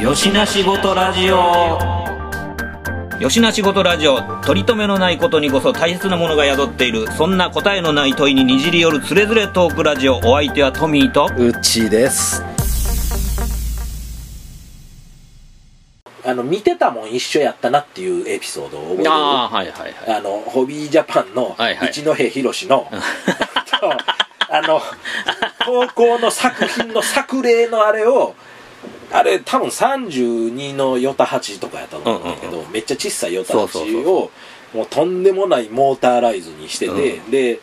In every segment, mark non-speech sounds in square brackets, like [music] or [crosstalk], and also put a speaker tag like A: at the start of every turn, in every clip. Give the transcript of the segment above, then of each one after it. A: よしなしごとラジオ
B: よしなしごとラジオ取り留めのないことにこそ大切なものが宿っているそんな答えのない問いににじり寄るつれづれトークラジオお相手はトミーと
C: うちですあの見てたもん一緒やったなっていうエピソードを覚えてるあ
B: はいはいは
C: のホビージャパンの
B: はいはい
C: 一戸博の、 [laughs] あの高校の作品の作例のあれをあれ多分32のヨタ8とかやったと思うんだけ
B: う
C: ど、
B: ん
C: めっちゃ小さいヨタ
B: そうそうそう
C: 8をもうとんでもないモーターライズにしてて、で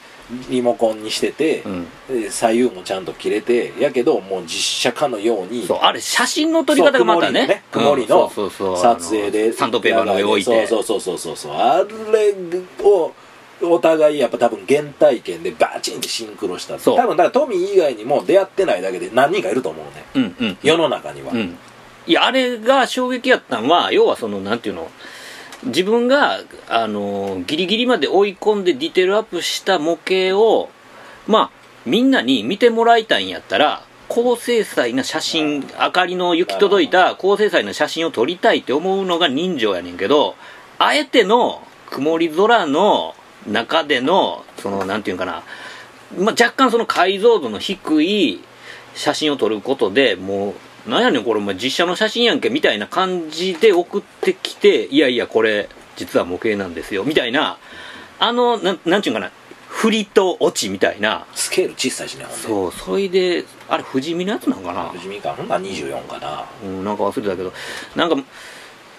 C: リモコンにしてて、
B: うん
C: で左右もちゃんと切れてやけどもう実写化のように
B: そうあれ写真の撮り方がまたね
C: そう曇りの,、
B: うんそうそうそう
C: 撮影
B: あ
C: で
B: のサンドペーパーの上置いて
C: そうそうそうそうそうあれをお互いやっぱ多分原体験でバチンってシンクロした
B: そう
C: 多分だからトミー以外にも出会ってないだけで何人かいると思うね
B: うんうん
C: 世の中には、
B: うん、いやあれが衝撃やったんは要はそのなんていうの自分があのギリギリまで追い込んでディテールアップした模型をまあみんなに見てもらいたいんやったら高精細な写真明かりの行き届いた高精細な写真を撮りたいって思うのが人情やねんけどあえての曇り空の中でのそのなんていうんかな、まあ、若干その解像度の低い写真を撮ることでもうなんやねんこれお前実写の写真やんけみたいな感じで送ってきていやいやこれ実は模型なんですよみたいなあのなんなんちゅうんかな振りと落ちみたいな
C: スケール小さいしねほんで
B: そうそれであれ不死身のやつなんかな
C: 不死身かほんなら24かな
B: うん、なんか忘れたけどなんか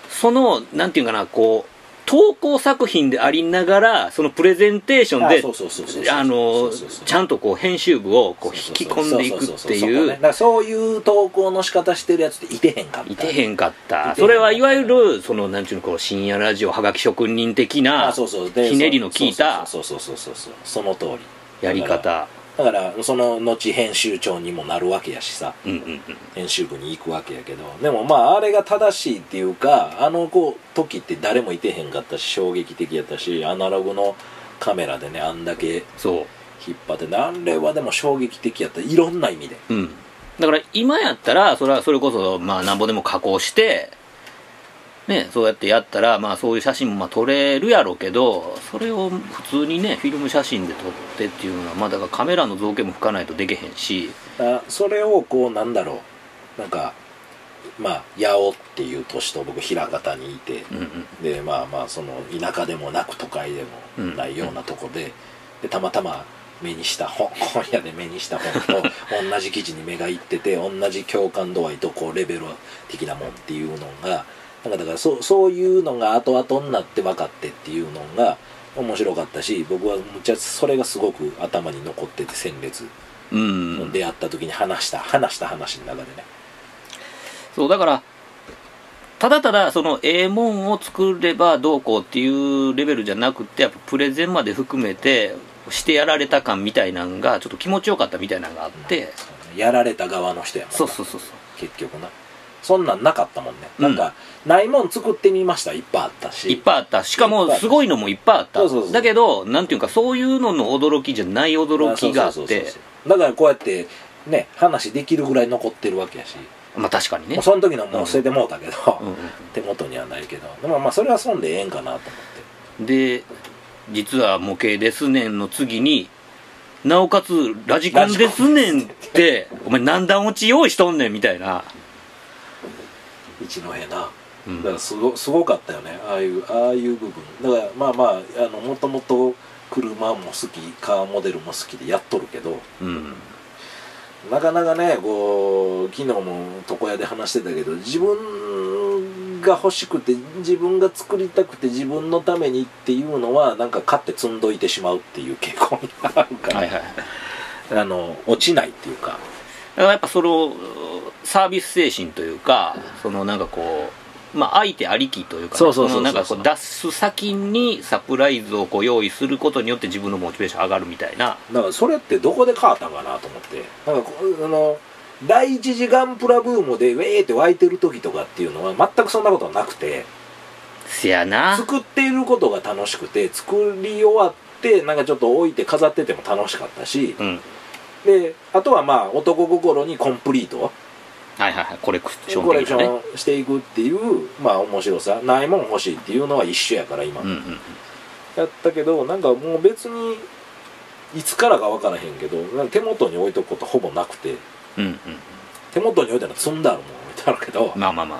B: そのなんていうんかなこう投稿作品でありながらそのプレゼンテーション
C: あそう
B: で
C: そうそうそう
B: あ
C: そ
B: の
C: うそうそう
B: ちゃんとこう編集部をこう引き込んでいくっていう
C: だからそういう投稿の仕方してるやつっていてへんかった
B: いてへんかった
C: いてへんかった
B: それはいわゆるそのなんちゅうのこう深夜ラジオはがき職人的な
C: あそうそうで
B: ひねりの効いた
C: そうそうそうそうそうそうその通り
B: やり方
C: だからその後編集長にもなるわけやしさ
B: うんうん
C: 編集部に行くわけやけどでもまああれが正しいっていうかあのこう時って誰もいてへんかったし衝撃的やったしアナログのカメラでねあんだけ
B: そ
C: 引っ張ってあれはでも衝撃的やったいろんな意味で
B: ううんだから今やったらそれはそれこそまあなんぼでも加工してねそうやってやったらまあそういう写真もまあ撮れるやろうけどそれを普通にねフィルム写真で撮ってっていうのはまあだからカメラの造形も吹かないとできへんし
C: あそれをこうなんだろうなんかまあ八尾っていう都市と僕枚方にいて
B: うんうん
C: でまあまあその田舎でもなく都会でもないようなとこで,、でたまたま目にした本本屋で目にした本と同じ記事に目がいってて同じ共感度合いとこうレベル的なもんっていうのがなんかだからそうそういうのが後々になって分かってっていうのが面白かったし僕はむちゃそれがすごく頭に残ってて鮮烈、
B: うんうん
C: 出会った時に話した話した話の中でね
B: そうだからただただそのええもんを作ればどうこうっていうレベルじゃなくてやっぱプレゼンまで含めてしてやられた感みたいなんがちょっと気持ちよかったみたいなのがあって、
C: やられた側の人やもんな
B: そうそうそうそう
C: 結局なそんなんなかったもんね、
B: うん
C: なんかないもん作ってみましたいっぱいあったし
B: いっぱいあったしかもすごいのもいっぱいあった
C: そうそうそう
B: だけどなんていうかそういうのの驚きじゃない驚きがあっ
C: そうそうそう
B: て
C: そうだからこうやってね話できるぐらい残ってるわけやし
B: まあ確かにね
C: もうその時のもう捨ててもうたけど、
B: うんうん
C: 手元にはないけどでもまあそれは損でええんかなと思って
B: で実は模型ですねんの次になおかつラジコンですねんってお前何段落ち用意しとんねんみたいな、
C: 一戸な
B: うん
C: だからすごすごかったよねああいうああいう部分だからまあまああのもともと車も好きカーモデルも好きでやっとるけど
B: うん
C: なかなかねこう昨日も床屋で話してたけど自分が欲しくて自分が作りたくて自分のためにっていうのはなんか買って積んどいてしまうっていう傾向があるから、
B: はいはい、だか
C: あの落ちないっていうか、
B: らやっぱそのサービス精神というかそのなんかこうまあ相手ありきというかね
C: そうそうそ
B: の
C: うそう
B: なんかこう出す先にサプライズをこう用意することによって自分のモチベーション上がるみたいな
C: だからそれってどこで変わったんかなと思ってなんかこうあの第一次ガンプラブームでウェーって湧いてる時とかっていうのは全くそんなことはなくて
B: せやな
C: 作っていることが楽しくて作り終わってなんかちょっと置いて飾ってても楽しかったし
B: うん
C: であとはまあ男心にコンプリート
B: はいはいはいコレクショ
C: コ
B: ン
C: レク
B: 的
C: シ
B: なね
C: ョンしていくっていうまあ面白さないもん欲しいっていうのは一緒やから今、
B: うんうん
C: やったけどなんかもう別にいつからか分からへんけどなんか手元に置いとくことほぼなくて
B: うんうん
C: 手元に置いたら積んだあるもん置いてあるけど、
B: うんまあまあまあ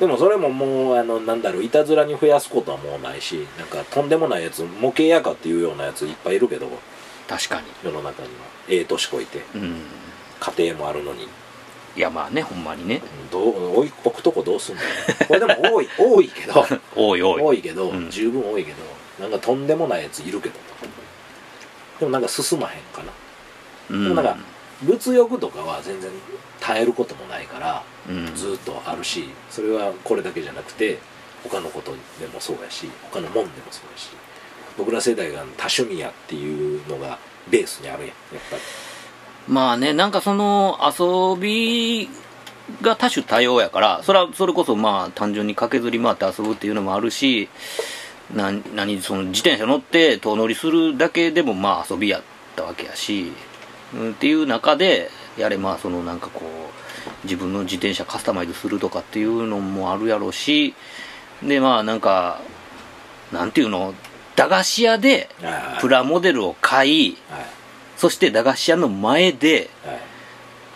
C: でもそれももうあのなんだろういたずらに増やすことはもうないしなんかとんでもないやつ模型やかっていうようなやついっぱいいるけど
B: 確かに
C: 世の中にはええ年こいて
B: うん
C: 家庭もあるのに
B: いやまあねほんまにね
C: どう置い置くとこどうすんのこれでも
B: [laughs]
C: 多い多いけど
B: おいおい
C: 多いけど、
B: うん
C: 十分多いけどなんかとんでもないやついるけどでもなんか進まへんかな
B: う
C: でもなんか物欲とかは全然耐えることもないから
B: うん
C: ずっとあるしそれはこれだけじゃなくて他のことでもそうやし他のもんでもそうやし僕ら世代が多趣味やっていうのがベースにあるやんやっぱり
B: まあねなんかその遊びが多種多様やからそれはそれこそまあ単純に駆けずり回って遊ぶっていうのもあるしなん何その自転車乗って遠乗りするだけでもまあ遊びやったわけやし、うん、っていう中でやれまあそのなんかこう自分の自転車カスタマイズするとかっていうのもあるやろうしでまあなんかなんていうの駄菓子屋で
C: あ
B: プラモデルを買い
C: はい
B: そして駄菓子屋の前で
C: はい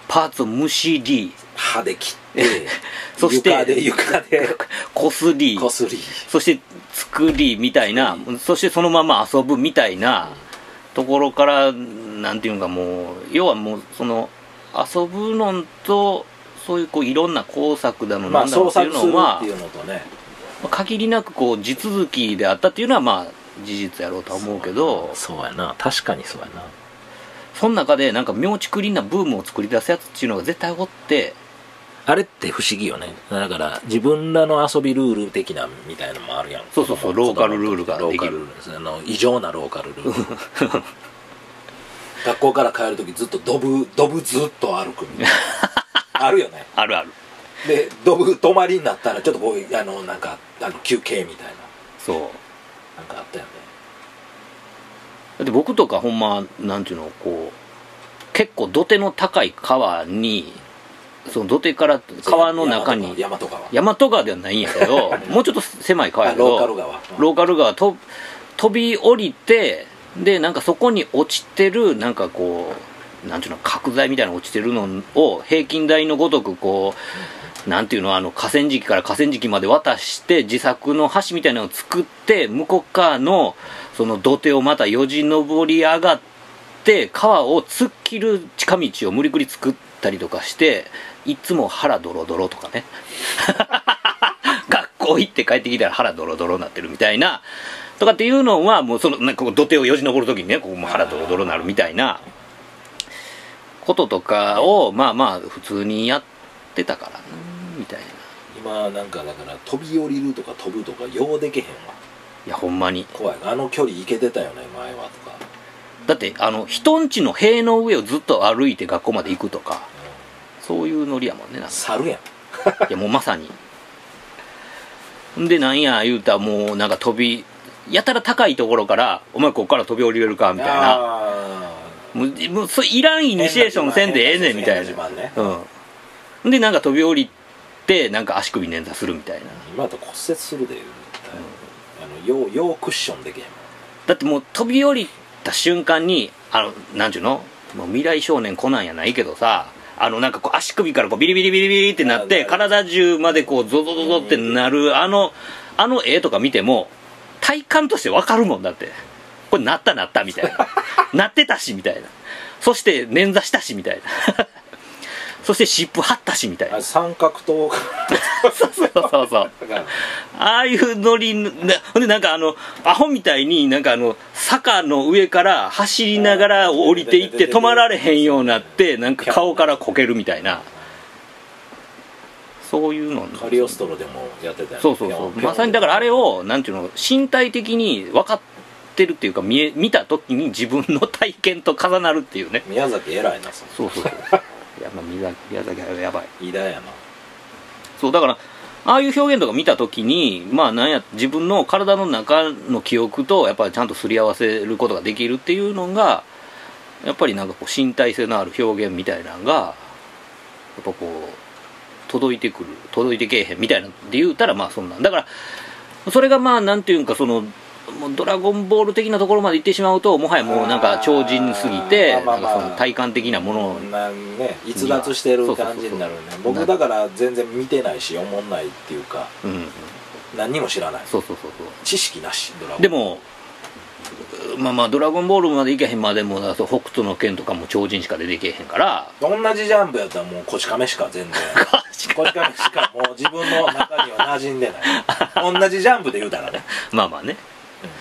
B: パーツをむしり、
C: 歯で切って
B: [laughs] そして
C: 床で床で
B: こすり、
C: こすり
B: そして作りみたいな、そしてそのまま遊ぶみたいなところから、なんていうかもう、要はもう、その、遊ぶのと、そういうこういろんな工作だの、
C: ま
B: な
C: あ
B: んだの
C: 創
B: ってい
C: 作
B: う
C: する
B: のは
C: って、いうのとね
B: 限りなくこう、地続きであったっていうのは、まあ、事実やろうとは思うけど、
C: そうやな確かにそうやな
B: その中でなんか妙竹林なブームを作り出すやつっていうのが絶対おって、
C: あれって不思議よねだから自分らの遊びルール的なみたいのもあるやん
B: そうそうそうローカルルールが
C: ロ
B: でき
C: ーカ
B: る
C: ルルールですあの異常なローカルル [laughs] ール学校から帰る時ずっとドブドブずっと歩くみ [laughs] たいなあるよね
B: あるある。
C: でドブ泊まりになったらちょっとこういうあのなんかあの休憩みたい
B: そう。
C: ななんかあったよね
B: だって僕とかほんまなんていうのこう結構土手の高い川にその土手から川の中に
C: 山とかは
B: 大和川ではないんやけどもうちょっと狭い川やけ
C: ロ
B: ど
C: ーカル川うん
B: ローカル川と飛び降りてでなんかそこに落ちてるなんかこうなんていうの角材みたいなの落ちてるのを平均台のごとくこうなんていうのあの河川敷から河川敷まで渡して自作の橋みたいなのを作って向こう側のその土手をまたよじ登り上がって川を突っ切る近道を無理くり作ったりとかしていつも腹ドロドロとかね [laughs] 学校行って帰ってきたら腹ドロドロになってるみたいなとかっていうのはもうそのなんかこう土手をよじ登る時にねここも腹ドロドロになるみたいなこととかをまあまあ普通にやってたからなみたいな
C: 今なんかだから飛び降りるとか飛ぶとかようできへんわ
B: いやほんまに
C: 怖いあの距離行けてたよね前はとか
B: だってあの人んちの塀の上をずっと歩いて学校まで行くとかそういうノリやもんねなんか
C: 猿
B: い
C: やん
B: やもうまさにんでなんや言うたらもうなんか飛びやたら高いところから「お前ここから飛び降りれるか」みたいな
C: あー
B: もうもうそいらんイニシエーションせんでええねんみたい
C: 変
B: な
C: な自慢ね
B: うんでなんか飛び降りてなんか足首捻挫するみたいな
C: 今だと骨折するで、あのようようクッションできへんもん
B: だってもう飛び降りた瞬間にあのなんちゅうのもう未来少年コナンやないけどさあのなんかこう足首からこうビリビリビリビリってなっ
C: あ
B: て
C: なる
B: 体中までこうゾゾゾゾってなるあのあの絵とか見ても体感としてわかるもんだってこれなったなったみたいななってたしみたいなそして捻挫したしみたいな [laughs] そして湿布張ったしみたい
C: あ
B: な
C: れ三角刀が [laughs]
B: そうそうそうそうああいうノリなほんでなんかあのアホみたいになんかあの坂の上から走りながら降りていって止まられへんようになってなんか顔からこけるみたいなそういうの
C: カリオストロでもやってたよね
B: そうそうそうまさにだからあれをなんていうの身体的に分かってるっていうか見え見た時に自分の体験と重なるっていうね
C: 宮崎偉いなそ
B: そうそうそういやまあ宮崎宮崎はやばい
C: の偉大やな
B: そうだからああいう表現とか見た時にまあなんや自分の体の中の記憶とやっぱりちゃんとすり合わせることができるっていうのがやっぱりなんかこう身体性のある表現みたいなのがっぱこう届いてくる届いてけえへんみたいなで言うたらまあそんなんだからそれがまあなんていうんかそのもうドラゴンボール的なところまで行ってしまうともはやもうなんか超人すぎて
C: あー
B: な
C: まあ
B: ん
C: まあ
B: かその体感的なもの
C: こんなね逸脱してる感じになるよね
B: そうそうそう
C: 僕だから全然見てないし思んないっていうか
B: うん
C: 何にも知らない
B: そうそうそうそう
C: 知識なしドラゴン
B: でもまあまあ「ドラゴンボール」までいけへんまでもだと北斗の拳とかも超人しか出てけえへんから
C: 同じジャンプやったらもうこち亀しか全然 [laughs] こち亀しかもう自分の中には馴染んでない同じジャンプで言うたらね
B: まあまあね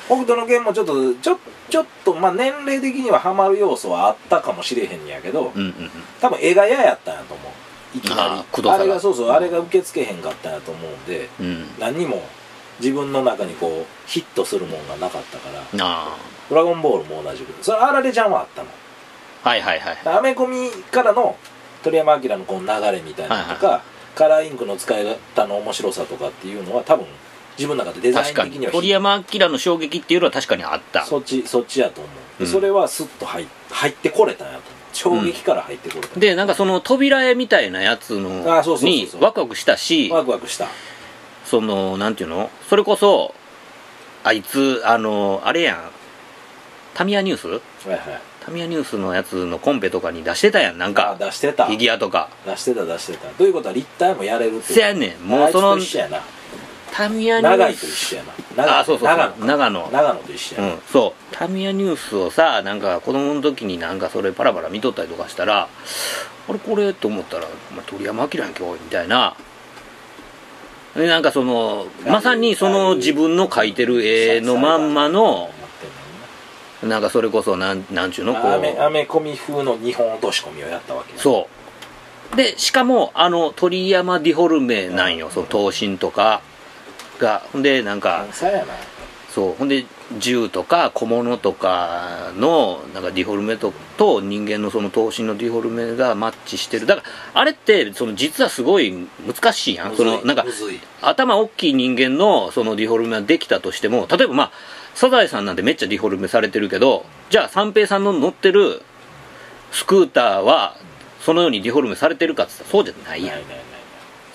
C: 北斗の拳もちょっとちょちょっとまあ年齢的にはハマる要素はあったかもしれへんやけど
B: うんうんうん
C: 多分絵が嫌やったんやと思ういき
B: あ
C: な
B: ー工藤
C: りあ
B: さんが
C: れがそうそうあれが受け付けへんかったんやと思うんで
B: うん
C: 何にも自分の中にこうヒットするもんがなかったから「
B: あ
C: ドラゴンボール」も同じくそれあられちゃんはあったの
B: あはいはいはい
C: アメコミからの鳥山明のこの流れみたいなのとか、カラーインクの使い方の面白さとかっていうのは多分自分の中でデザイ
B: 確
C: ン
B: か
C: 的に
B: に
C: は
B: 鳥山明の衝撃っていうのは確かにあった
C: そっちそっちやと思う、で
B: うん
C: それはスッと入っ入ってこれたんやと思う衝撃から入ってこれた、
B: でなんかその扉絵みたいなやつの
C: あーそうそうそうそう
B: にワクワクしたし
C: ワクワクした
B: そのなんていうのそれこそあいつあのあれやんタミヤニュース
C: はいはい
B: タミヤニュースのやつのコンペとかに出してたやんなんか
C: あ出してた
B: フィ
C: 出
B: ギュアとか
C: してた出してたということは立体もやれるって
B: せやねんもうそ
C: あ
B: の
C: いつと一緒やな
B: タミヤニュ
C: 長井
B: ー
C: と一
B: ス
C: 緒やな
B: あそうそうそう
C: 長野
B: 長野
C: 長野と一緒
B: う
C: やな、
B: ん、そうタミヤニュースをさなんか子供の時になんかそれパラパラ見とったりとかしたらあれこれと思ったら「お前鳥山明やんけおい」みたいなでなんかそのまさにその自分の描いてる絵のまんまの
C: なってんのにな
B: なんかそれこそなんなんちゅうのこ
C: アメア
B: う
C: メコミ風の日本落とし込みをやったわけう
B: そうでしかもあの鳥山ディフォルメなんよその刀身とかがほんでなんか
C: 天才やな
B: そうほんで銃とか小物とかのなんかディフォルメとと人間のその頭身のディフォルメがマッチしてるだからあれってその実はすごい難しいやんそのなんか
C: むずい
B: 頭大きい人間のそのディフォルメができたとしても例えばまあサザエさんなんてめっちゃディフォルメされてるけどじゃあ三平さんの乗ってるスクーターはそのようにディフォルメされてるかっつったらそうじゃない
C: ない
B: や
C: なんいないない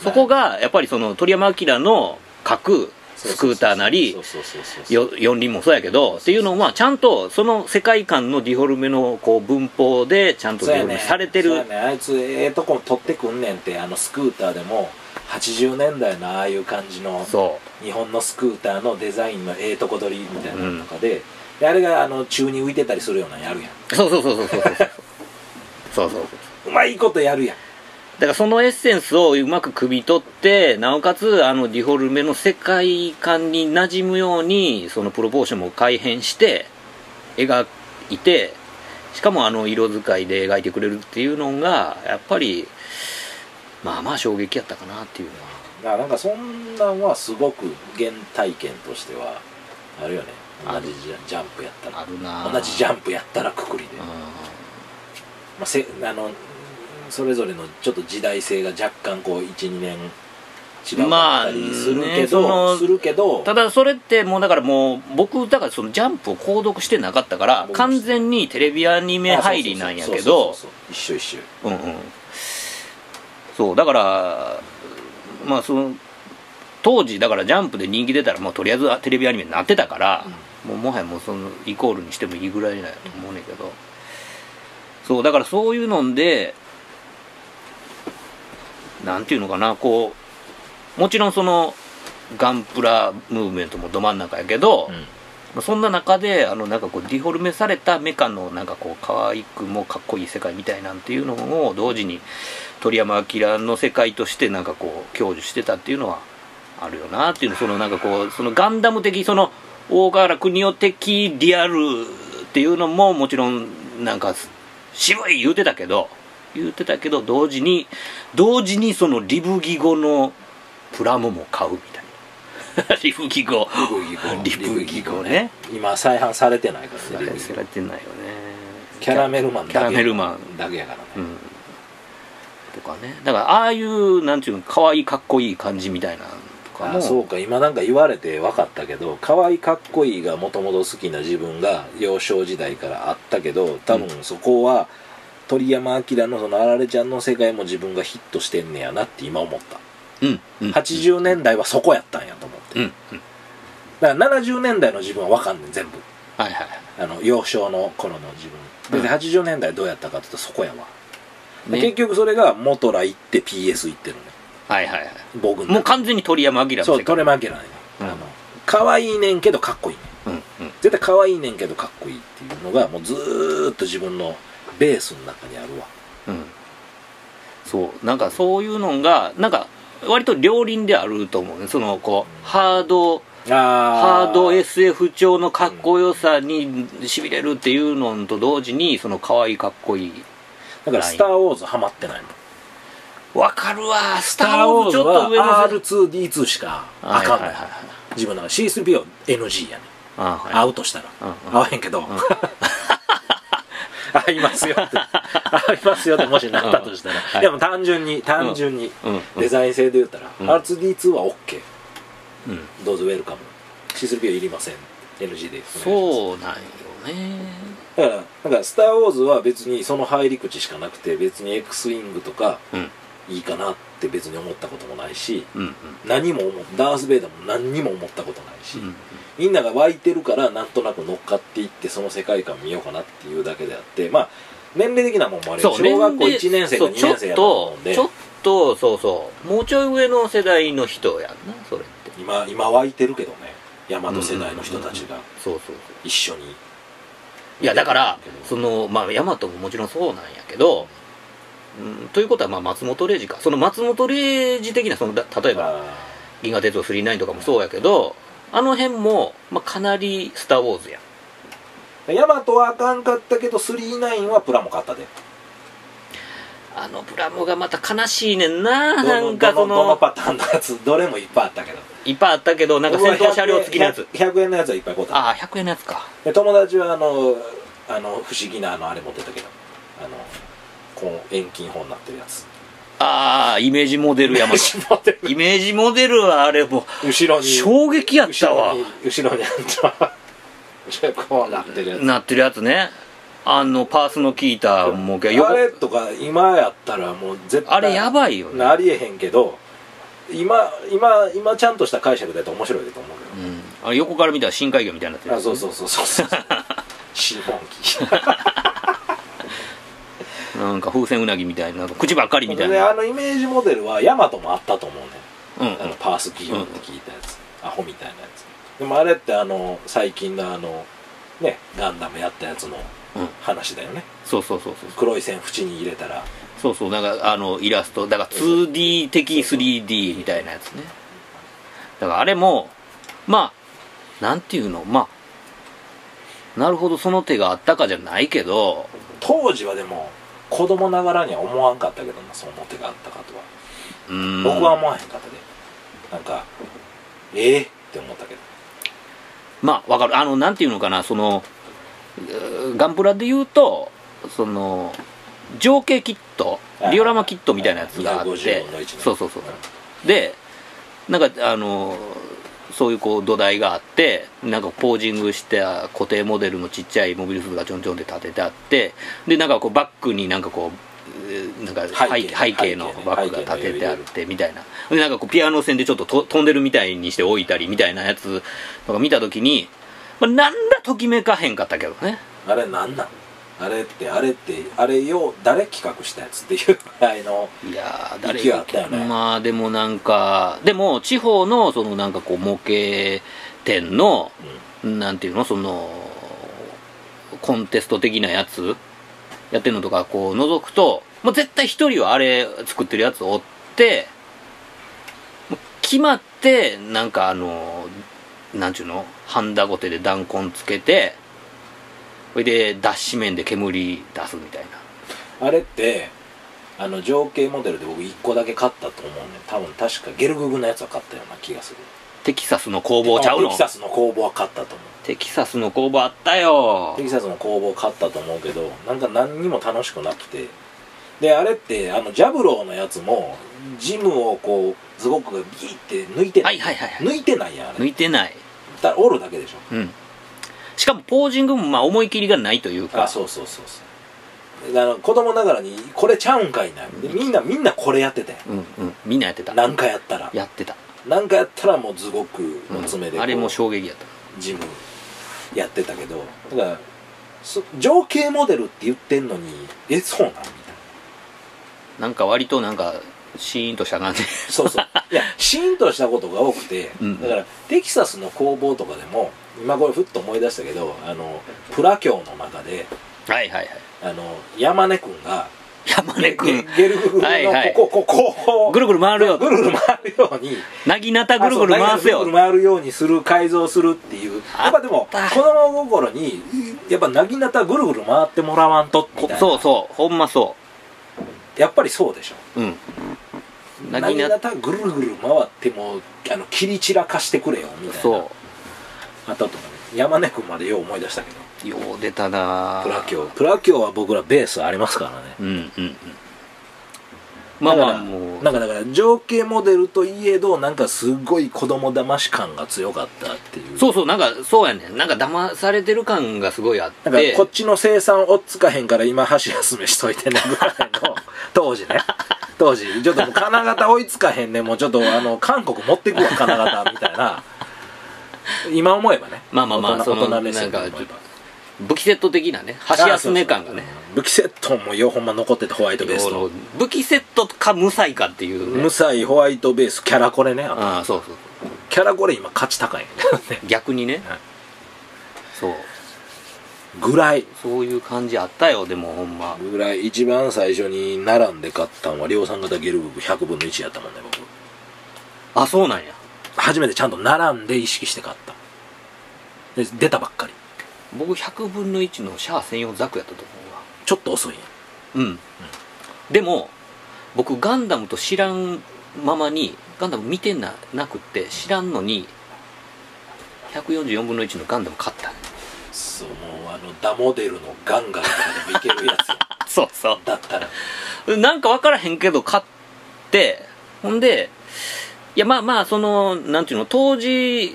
B: そこがやっぱりその鳥山明の描く
C: そう
B: ス
C: そ
B: ク
C: うそう
B: ーターなり
C: そうそうそうそう
B: よ四輪もそうやけどっていうのはちゃんとその世界観のディフォルメのこう文法でちゃんと
C: そう
B: ディ
C: や
B: フォル
C: ね
B: メされてる
C: そうやねあいつええとこ取ってくんねんってあのスクーターでも80年代のああいう感じの
B: そ
C: 日本のスクーターのデザインのええとこ取りみたいなのとかで,、であれがあの宙に浮いてたりするようなのやるや
B: う
C: ん
B: そうそうそうそうそうそうそうそう
C: うまいことやるやん
B: だからそのエッセンスをうまく汲み取ってなおかつあのディフォルメの世界観に馴染むようにそのプロポーションも改変して描いてしかもあの色使いで描いてくれるっていうのがやっぱりまあまあ衝撃やったかなっていうのは
C: だからなんかそんなんはすごく原体験としてはあるよね同じジャジャンプやった
B: あ
C: ら
B: るな
C: 同じジ
B: ゃん
C: ャンプやったらくくりで、まあ、せあのそれぞれのちょっと時代性が若干こう12年違うかったりするけど、
B: まあねその
C: するけど
B: ただそれってもうだからもう僕だからそのジャンプを購読してなかったから
C: 僕も
B: 完全にテレビアニメ
C: あそうそうそう
B: 入りなんやけ
C: そう
B: ど
C: そうそう一緒一緒
B: うんうんそうだからまあその当時だからジャンプで人気出たらもうとりあえずテレビアニメになってたから、もうもはやもうそのイコールにしてもいいぐらいなんやと思うねんけど、そうだからそういうのでなんていうのかなこうもちろんそのガンプラムーブメントもど真ん中やけど、まあそんな中であのなんかこうディフォルメされたメカのなんかこう可愛くもかっこいい世界みたいなんていうのを同時に鳥山明の世界としてなんかこう享受してたっていうのはあるよなっていうのそのなんかこうそのガンダム的その大河原邦夫的リアルっていうのももちろんなんか渋い言うてたけど言うてたけど同時に同時にそのリブギ語のプラモも買うみたいな [laughs] リブギ語リブギ語ね
C: 今再販されてないからねリブギ
B: せ
C: ゴ
B: られてないよね
C: キャラメルマンだ
B: キ
C: け
B: ャラメルマ
C: だけやからね、
B: ンうんとかねだからああいうなんていうの可愛いかっこいい感じみたいなのとか
C: あ
B: も
C: あそうか今なんか言われて分かったけど可愛いかっこいいがもともと好きな自分が幼少時代からあったけど多分そこは鳥山明のそのあられちゃんの世界も自分がヒットしてんねやなって今思った
B: うんうん
C: 80年代はそこやったんやと思って、
B: うんうん
C: だから70年代の自分は分かんねん全部
B: はいはいは
C: あの幼少の頃の自分で80年代どうやったかって言ったらそこやわ、
B: いね
C: 結局それがモトラ行って PS 行ってるね
B: はいはいはい
C: 僕の中で
B: もう完全に鳥山明の
C: そう
B: 世
C: ト
B: 界
C: レマーケラーね、
B: うん
C: あの可愛いねんけどかっこいいね
B: うんうん
C: 絶対可愛いねんけどかっこいいっていうのがもうずーっと自分のベースの中にあるわ
B: うんそうなんかそういうのがなんか割と両輪であると思うねそのこうハードハ
C: あ
B: ード SF 調のかっこよさにしびれるっていうのと同時にその可愛いかっこいい
C: だから「スター・ウォーズ」ハマってないもん
B: わかるわス
C: 「ス
B: ター・ウォーズちょっと上の
C: は
B: 世代
C: R2D2 しかあか
B: はいは
C: んない
B: いはいはい
C: 自分の中で C3P を NG やね
B: あはい
C: 合うとしたら
B: うんうん
C: 合わへんけど合いますよって合いますよってもしなったとした
B: うんは
C: ら
B: い
C: でも単純に単純に
B: うんうん
C: デザイン性で言ったら
B: うん
C: R2D2 は OK
B: うん
C: どうぞウェルカム C3P はいりません NG でう
B: そうなんよね
C: だからなんか「スター・ウォーズ」は別にその入り口しかなくて別に X ウィングとか
B: うん
C: いいかなって別に思ったこともないし
B: うんうん
C: 何も思っダース・ベイダーも何にも思ったことないし、
B: うん
C: みんなが湧いてるからなんとなく乗っかっていってその世界観見ようかなっていうだけであってまあ年齢的なもんもあるよ
B: そう
C: 小学校
B: 年齢
C: 1年生か
B: そう
C: 2年生や
B: ち
C: と
B: ょ
C: 思
B: っ
C: うん
B: と
C: で
B: ちょっとそうそうもうちょい上の世代の人やんなそれって
C: 今今湧いてるけどね大和世代の人たちが
B: そうそうそう
C: 一緒に
B: いやだから
C: そ
B: そのまあ大和ももちろんそうなんやけど、うん、ということはまあ松本零士かその松本零士的なそのだ例えば「銀河鉄道999」とかもそうやけどあの辺も、まあ、かなり「スター・ウォーズ」やん
C: ヤマトはあかんかったけど39はプラも買ったで
B: あのプラモがまた悲しいねんな
C: ど
B: な
C: の
B: んかそ
C: どのどの
B: の
C: パターンのやつ [laughs] どれもいっぱいあったけど
B: いっぱいあったけどなんか戦闘車両付きのやつ
C: 僕は100円100円のやつはいっぱい買うた
B: ああ100円のやつか
C: で友達はあのあの不思議なあのあれ持ってたけどあのこう遠近法になってるやつ
B: ああイメージモデル
C: [laughs]
B: 大和 [laughs] イメージモデルはあれも
C: 後ろ
B: う
C: に
B: 衝撃やったわ
C: 後ろに後ろにあった後ろにこうなってるやつ
B: なってるやつねあのパースの効いたもうけ
C: あれとか今やったらもう絶対
B: あれやばいよね
C: ありえへんけど今今今ちゃんとした解釈だと面白いと思うけど
B: うん、あれ横から見たら深海魚みたいになってる
C: あそうそうそうそ
B: [laughs]
C: うそうシフォンキー
B: なんか風船うなぎみたいななんか口ばっかりみたい
C: で
B: な
C: あのイメージモデルはヤマトもあったと思うね
B: うん
C: あのパース企業って聞いたやつ、アホみたいなやつでもあれってあの最近のあのねガンダムやったやつの
B: うん
C: 話だよね、
B: そうそうそうそう
C: 黒い線縁に入れたら
B: そうそうなんかあのイラストだから 2D 的 3D みたいなやつねだからあれもまあなんていうのまあなるほどその手があったかじゃないけど
C: 当時はでも子供ながらには思わんかったけどなその手があったかとは
B: うーん
C: 僕は思わへんかったで、なんかええって思ったけど
B: まあわかるあのなんていうのかなそのうーガンプラで言うとその情景キット
C: はい
B: リオラマキットみたいなやつがあっ
C: 250
B: て
C: 分の1の
B: そうそうそうでなんかあのそういうこう土台があってなんかポージングした固定モデルのちっちゃいモビルスーツがちょんちょんって立ててあってでなんかこうバックになんかこうえーなんか背
C: 背景
B: 景背景の
C: 背景ね
B: バックが立ててあってみたいなでなんかこうピアノ線でちょっとと飛んでるみたいにして置いたりみたいなやつとか見た時に、まあ、なんらときめかへんかったけどね
C: あれなんなんあれってあれってあれよう誰企画したやつっていうぐらいの
B: いやー
C: 勢いあったよね
B: まあでもなんかでも地方のそのなんかこう模型店のなんていうのそのコンテスト的なやつやってるのとかこう覗くともう絶対一人はあれ作ってるやつを追ってもう決まってなんかあのなんちゅうのハンダゴテで弾痕つけてそれで脱脂面で煙出すみたいな
C: あれってあの情景モデルで僕1個だけ買ったと思うね多分確かゲルググのやつは買ったような気がする
B: テキサスの工房ちゃう
C: あ
B: の
C: テキサスの工房は買ったと思う
B: テキサスの工房あったよ
C: テキサスの工房買ったと思うけどなんか何にも楽しくなくてであれってあのジャブローのやつもジムをこうズボックがビーって抜いてな、
B: はいいはいはいはい
C: 抜いてないやんあ
B: 抜
C: れ
B: いてない
C: だ折るだけでしょ
B: うんしかもポージングもまあ思い切りがないというか
C: あそうそうそうそうあの子供ながらにこれちゃうんかいなでみんなみんなこれやってて
B: うんうんみんなやってた
C: 何かやったら
B: やってた、
C: 何かやったらもうズゴく
B: うん
C: の爪でこう
B: あれも衝撃やった
C: ジムやってたけどだからそ情景モデルって言ってんのにえそうなんみたい
B: なんか割となんかシーンとした
C: [laughs]
B: 感じ
C: なそう
B: [laughs]
C: そういやシーンとしたことが多くて、
B: うん
C: だからテキサスの工房とかでも今これふっと思い出したけどあのプラ教の中で
B: はいはいはい
C: あの山根君が
B: 山根くん
C: ゲルフグの
B: はいはい
C: こここここを
B: ぐるぐる回るよ
C: ぐるぐる回るように
B: なぎなたぐるぐる回す
C: あそう
B: よ
C: ぐるぐる回るようにする改造するっていうやっぱでも
B: あった
C: 子供心にやっぱなぎなたぐるぐる回ってもらわんとみたいな
B: そうそうほんまそ
C: やっぱりそうでしょ
B: ううんな
C: な
B: ぎ
C: ぎ
B: な
C: なたぐるぐる回ってもあの切り散らかしてくれよみたいな
B: そ
C: あったとかね山根君までよう思い出したけど
B: うよう出たな
C: プラキョウプラキョウは僕らベースありますからね
B: うんうんうんまあま
C: だか
B: あ
C: ら
B: もう
C: なんかだから情景モデルといえどなんかすごい子供騙し感が強かったっていう
B: そうそうなんかそうやねんなんか騙されてる感がすごいあって
C: なんかこっちの生産追っつかへんから今箸休めしといてねぐらい
B: [laughs]
C: の当時ね当時ちょっともう金型追いつかへんねもうちょっとあの韓国持ってくわ金型みたいな今思えばね
B: まあまあまあ
C: 大人
B: その
C: 大人目線
B: なんか
C: で思えば
B: 武器セット的なね箸休め感がね
C: あそうそうそう武器セットもようほんま残っててホワイトベース
B: こ
C: と
B: の武器セットか無才かっていう、ね
C: 無、才ホワイトベースキャラコレねあ
B: ああそうそう
C: キャラコレ今価値高
B: [laughs]
C: いんだよね [laughs]
B: 逆にね、
C: はい
B: そう
C: ぐらい
B: そういう感じあったよでもほんま
C: ぐらい一番最初に並んで買ったんは量産型ゲルブブ100分の1やったもんね僕
B: あそうなんや
C: 初めてちゃんと並んで意識して買ったで出たばっかり
B: 僕100分の1のシャア専用ザクやったと思うわ
C: ちょっと遅いんや
B: うん、でも僕ガンダムと知らんままにガンダム見てななくって知らんのに144分の1のガンダム買
C: [laughs]
B: ったね
C: そうもうあのダモデルのガンガンとかでもいけるや [laughs] つ
B: そうそ
C: だったら
B: うなんか分からへんけど買ってほんでいやまあまあそのなんていうの当時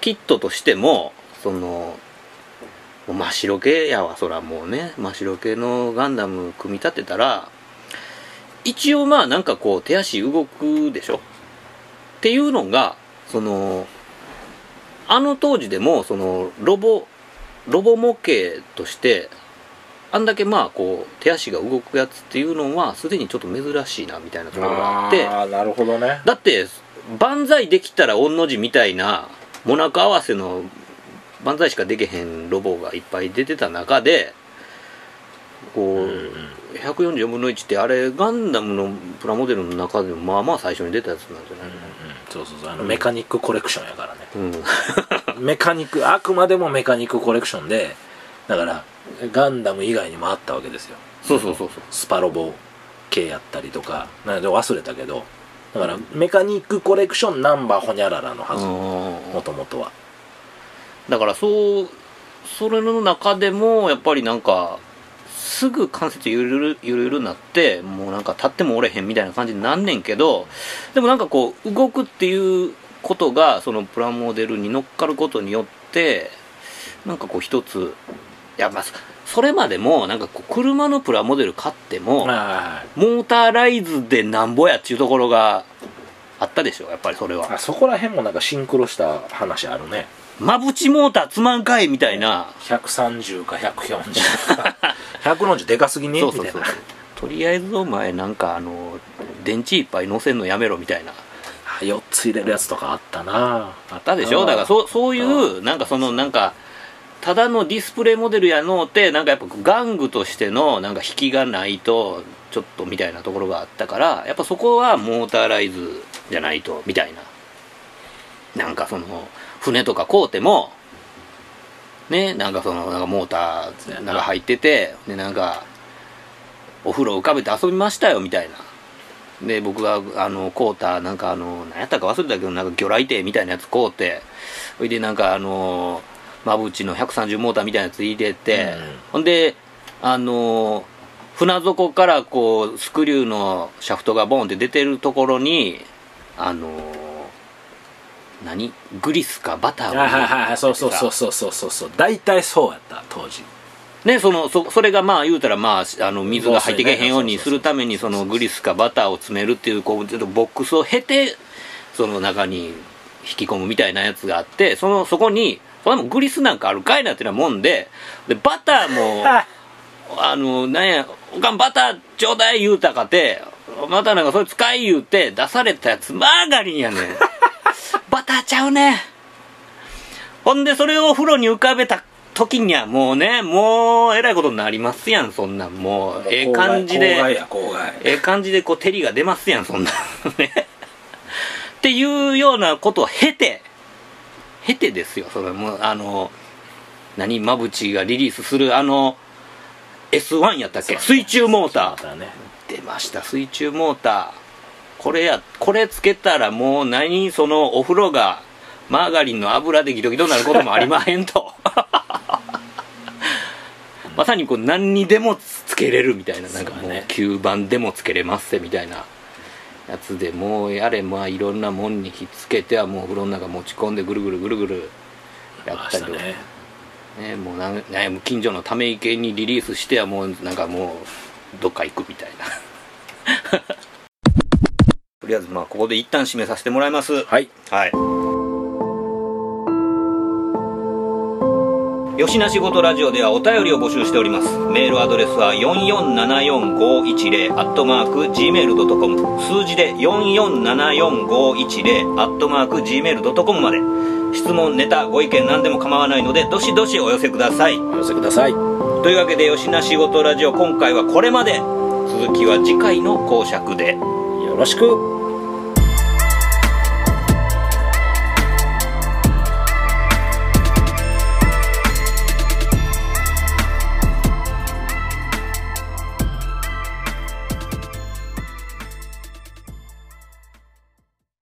B: キットとしてもそのもう真っ白系やわそらもうね真っ白系のガンダム組み立てたら一応まあなんかこう手足動くでしょっていうのがそのあの当時でもそのロボロボ模型としてあんだけまあこう手足が動くやつっていうのはすでにちょっと珍しいなみたいなところがあって
C: あなるほどね
B: だって万歳できたら御の字みたいなモナカ合わせの万歳しかできへんロボがいっぱい出てた中でこう、144分の1ってあれガンダムのプラモデルの中でもまあまあ最初に出たやつなんじゃない
C: そうそうそうあのメカニックコレクションやからね
B: うん、
C: メカニックあくまでもメカニックコレクションでだからガンダム以外にもあったわけですよ
B: そうそうそうそう
C: スパロボ系やったりとかなんで忘れたけどだからメカニックコレクションナンバーホニャララのはず
B: うん
C: もともとは
B: だからそうそれの中でもやっぱりなんかすぐ関節ゆるるゆるゆるになってもうなんか立っても折れへんみたいな感じになんねんけどでもなんかこう動くっていうことがそのプラモデルに乗っかることによってなんかこう一ついやまあそそれまでもなんかこう車のプラモデル買っても
C: あ
B: モーターライズでなんぼやっていうところがあったでしょやっぱりそれは
C: あそこら辺もなんかシンクロした話あるね
B: まぶちモーターつまんかいみたいな
C: 130か140か
B: [laughs]
C: 140でかすぎね
B: そうそうそう
C: みたい
B: とりあえずお前なんかあの電池いっぱい乗せんのやめろみたいな
C: な4つ入れるやつとかあったな
B: あったでしょだからそうそういうなんかそのなんかただのディスプレイモデルやのうてなんかやっぱ玩具としてのなんか引きがないとちょっとみたいなところがあったからやっぱそこはモーターライズじゃないとみたいななんかその船とか買うてもねなんかそのなんかモーターなんか入っててでなんかお風呂浮かべて遊びましたよみたいなで僕があの買うたなんかあの何やったか忘れたけどなんか魚雷艇みたいなやつ買うてほいでなんかあのまぶちの130モーターみたいなやつ入れて、
C: うん
B: ほんであの船底からこうスクリューのシャフトがボンって出てるところにあの何グリスかバターを
C: はいはいはいそうそうそうそうそうそうそう大体そうやった当時
B: ね、そのそそれがまあ言うたら、まあ、あの水が入ってけへんように
C: そ
B: す
C: うそうそう
B: るためにそのグリスかバターを詰めるっていうこうちょっとボックスを経てその中に引き込むみたいなやつがあってそのそこにそれもグリスなんかあるかいなってなもんででバター
C: [laughs]
B: もあのなんやおかんバターちょうだい言うたかてまたなんかそれ使い言うて出されたやつマーガリンやねんバターちゃうねんほんで、それをお風呂に浮かべた時には、もうね、もう、えらいことになりますやん、そんなん。もう、ええ感じ
C: 郊外
B: で、
C: や郊外
B: ええ感じで、こう、照りが出ますやん、そんなん。ね。っていうようなことを経て、経てですよ、それもう、あの、何、まぶちがリリースする、あの、S1 やったっけ水中モーター。
C: だね
B: 出ました水中モーターこれやこれつけたらもう何そのお風呂がマーガリンの油でギトギトになることもありまへんとまさにこう何にでもつけれるみたいななんかも
C: そう
B: う
C: だね
B: 吸盤でもつけれますぜみたいなやつでもうやれまあいろんなもんにひっつけてはもうお風呂の中持ち込んでぐるぐるぐるぐるや
C: ま
B: っ
C: あ
B: た
C: 明
B: りと
C: 日
B: か、
C: ね
B: ね、もうなん、ね、もう近所のため池にリリースしてはもうなんかもうどっか行くみたいな [laughs] とりあえずまあここで一旦締めさせてもらいます
C: はい
B: はい吉な仕事ラジオではお便りを募集しておりますメールアドレスは4474510アットマーク Gmail.com 数字で4474510アットマーク Gmail.com まで質問ネタご意見何でも構わないのでどしどしお寄せください
C: お寄せください
B: というわけで吉な仕事ラジオ今回はこれまで続きは次回の講釈で
C: よろしく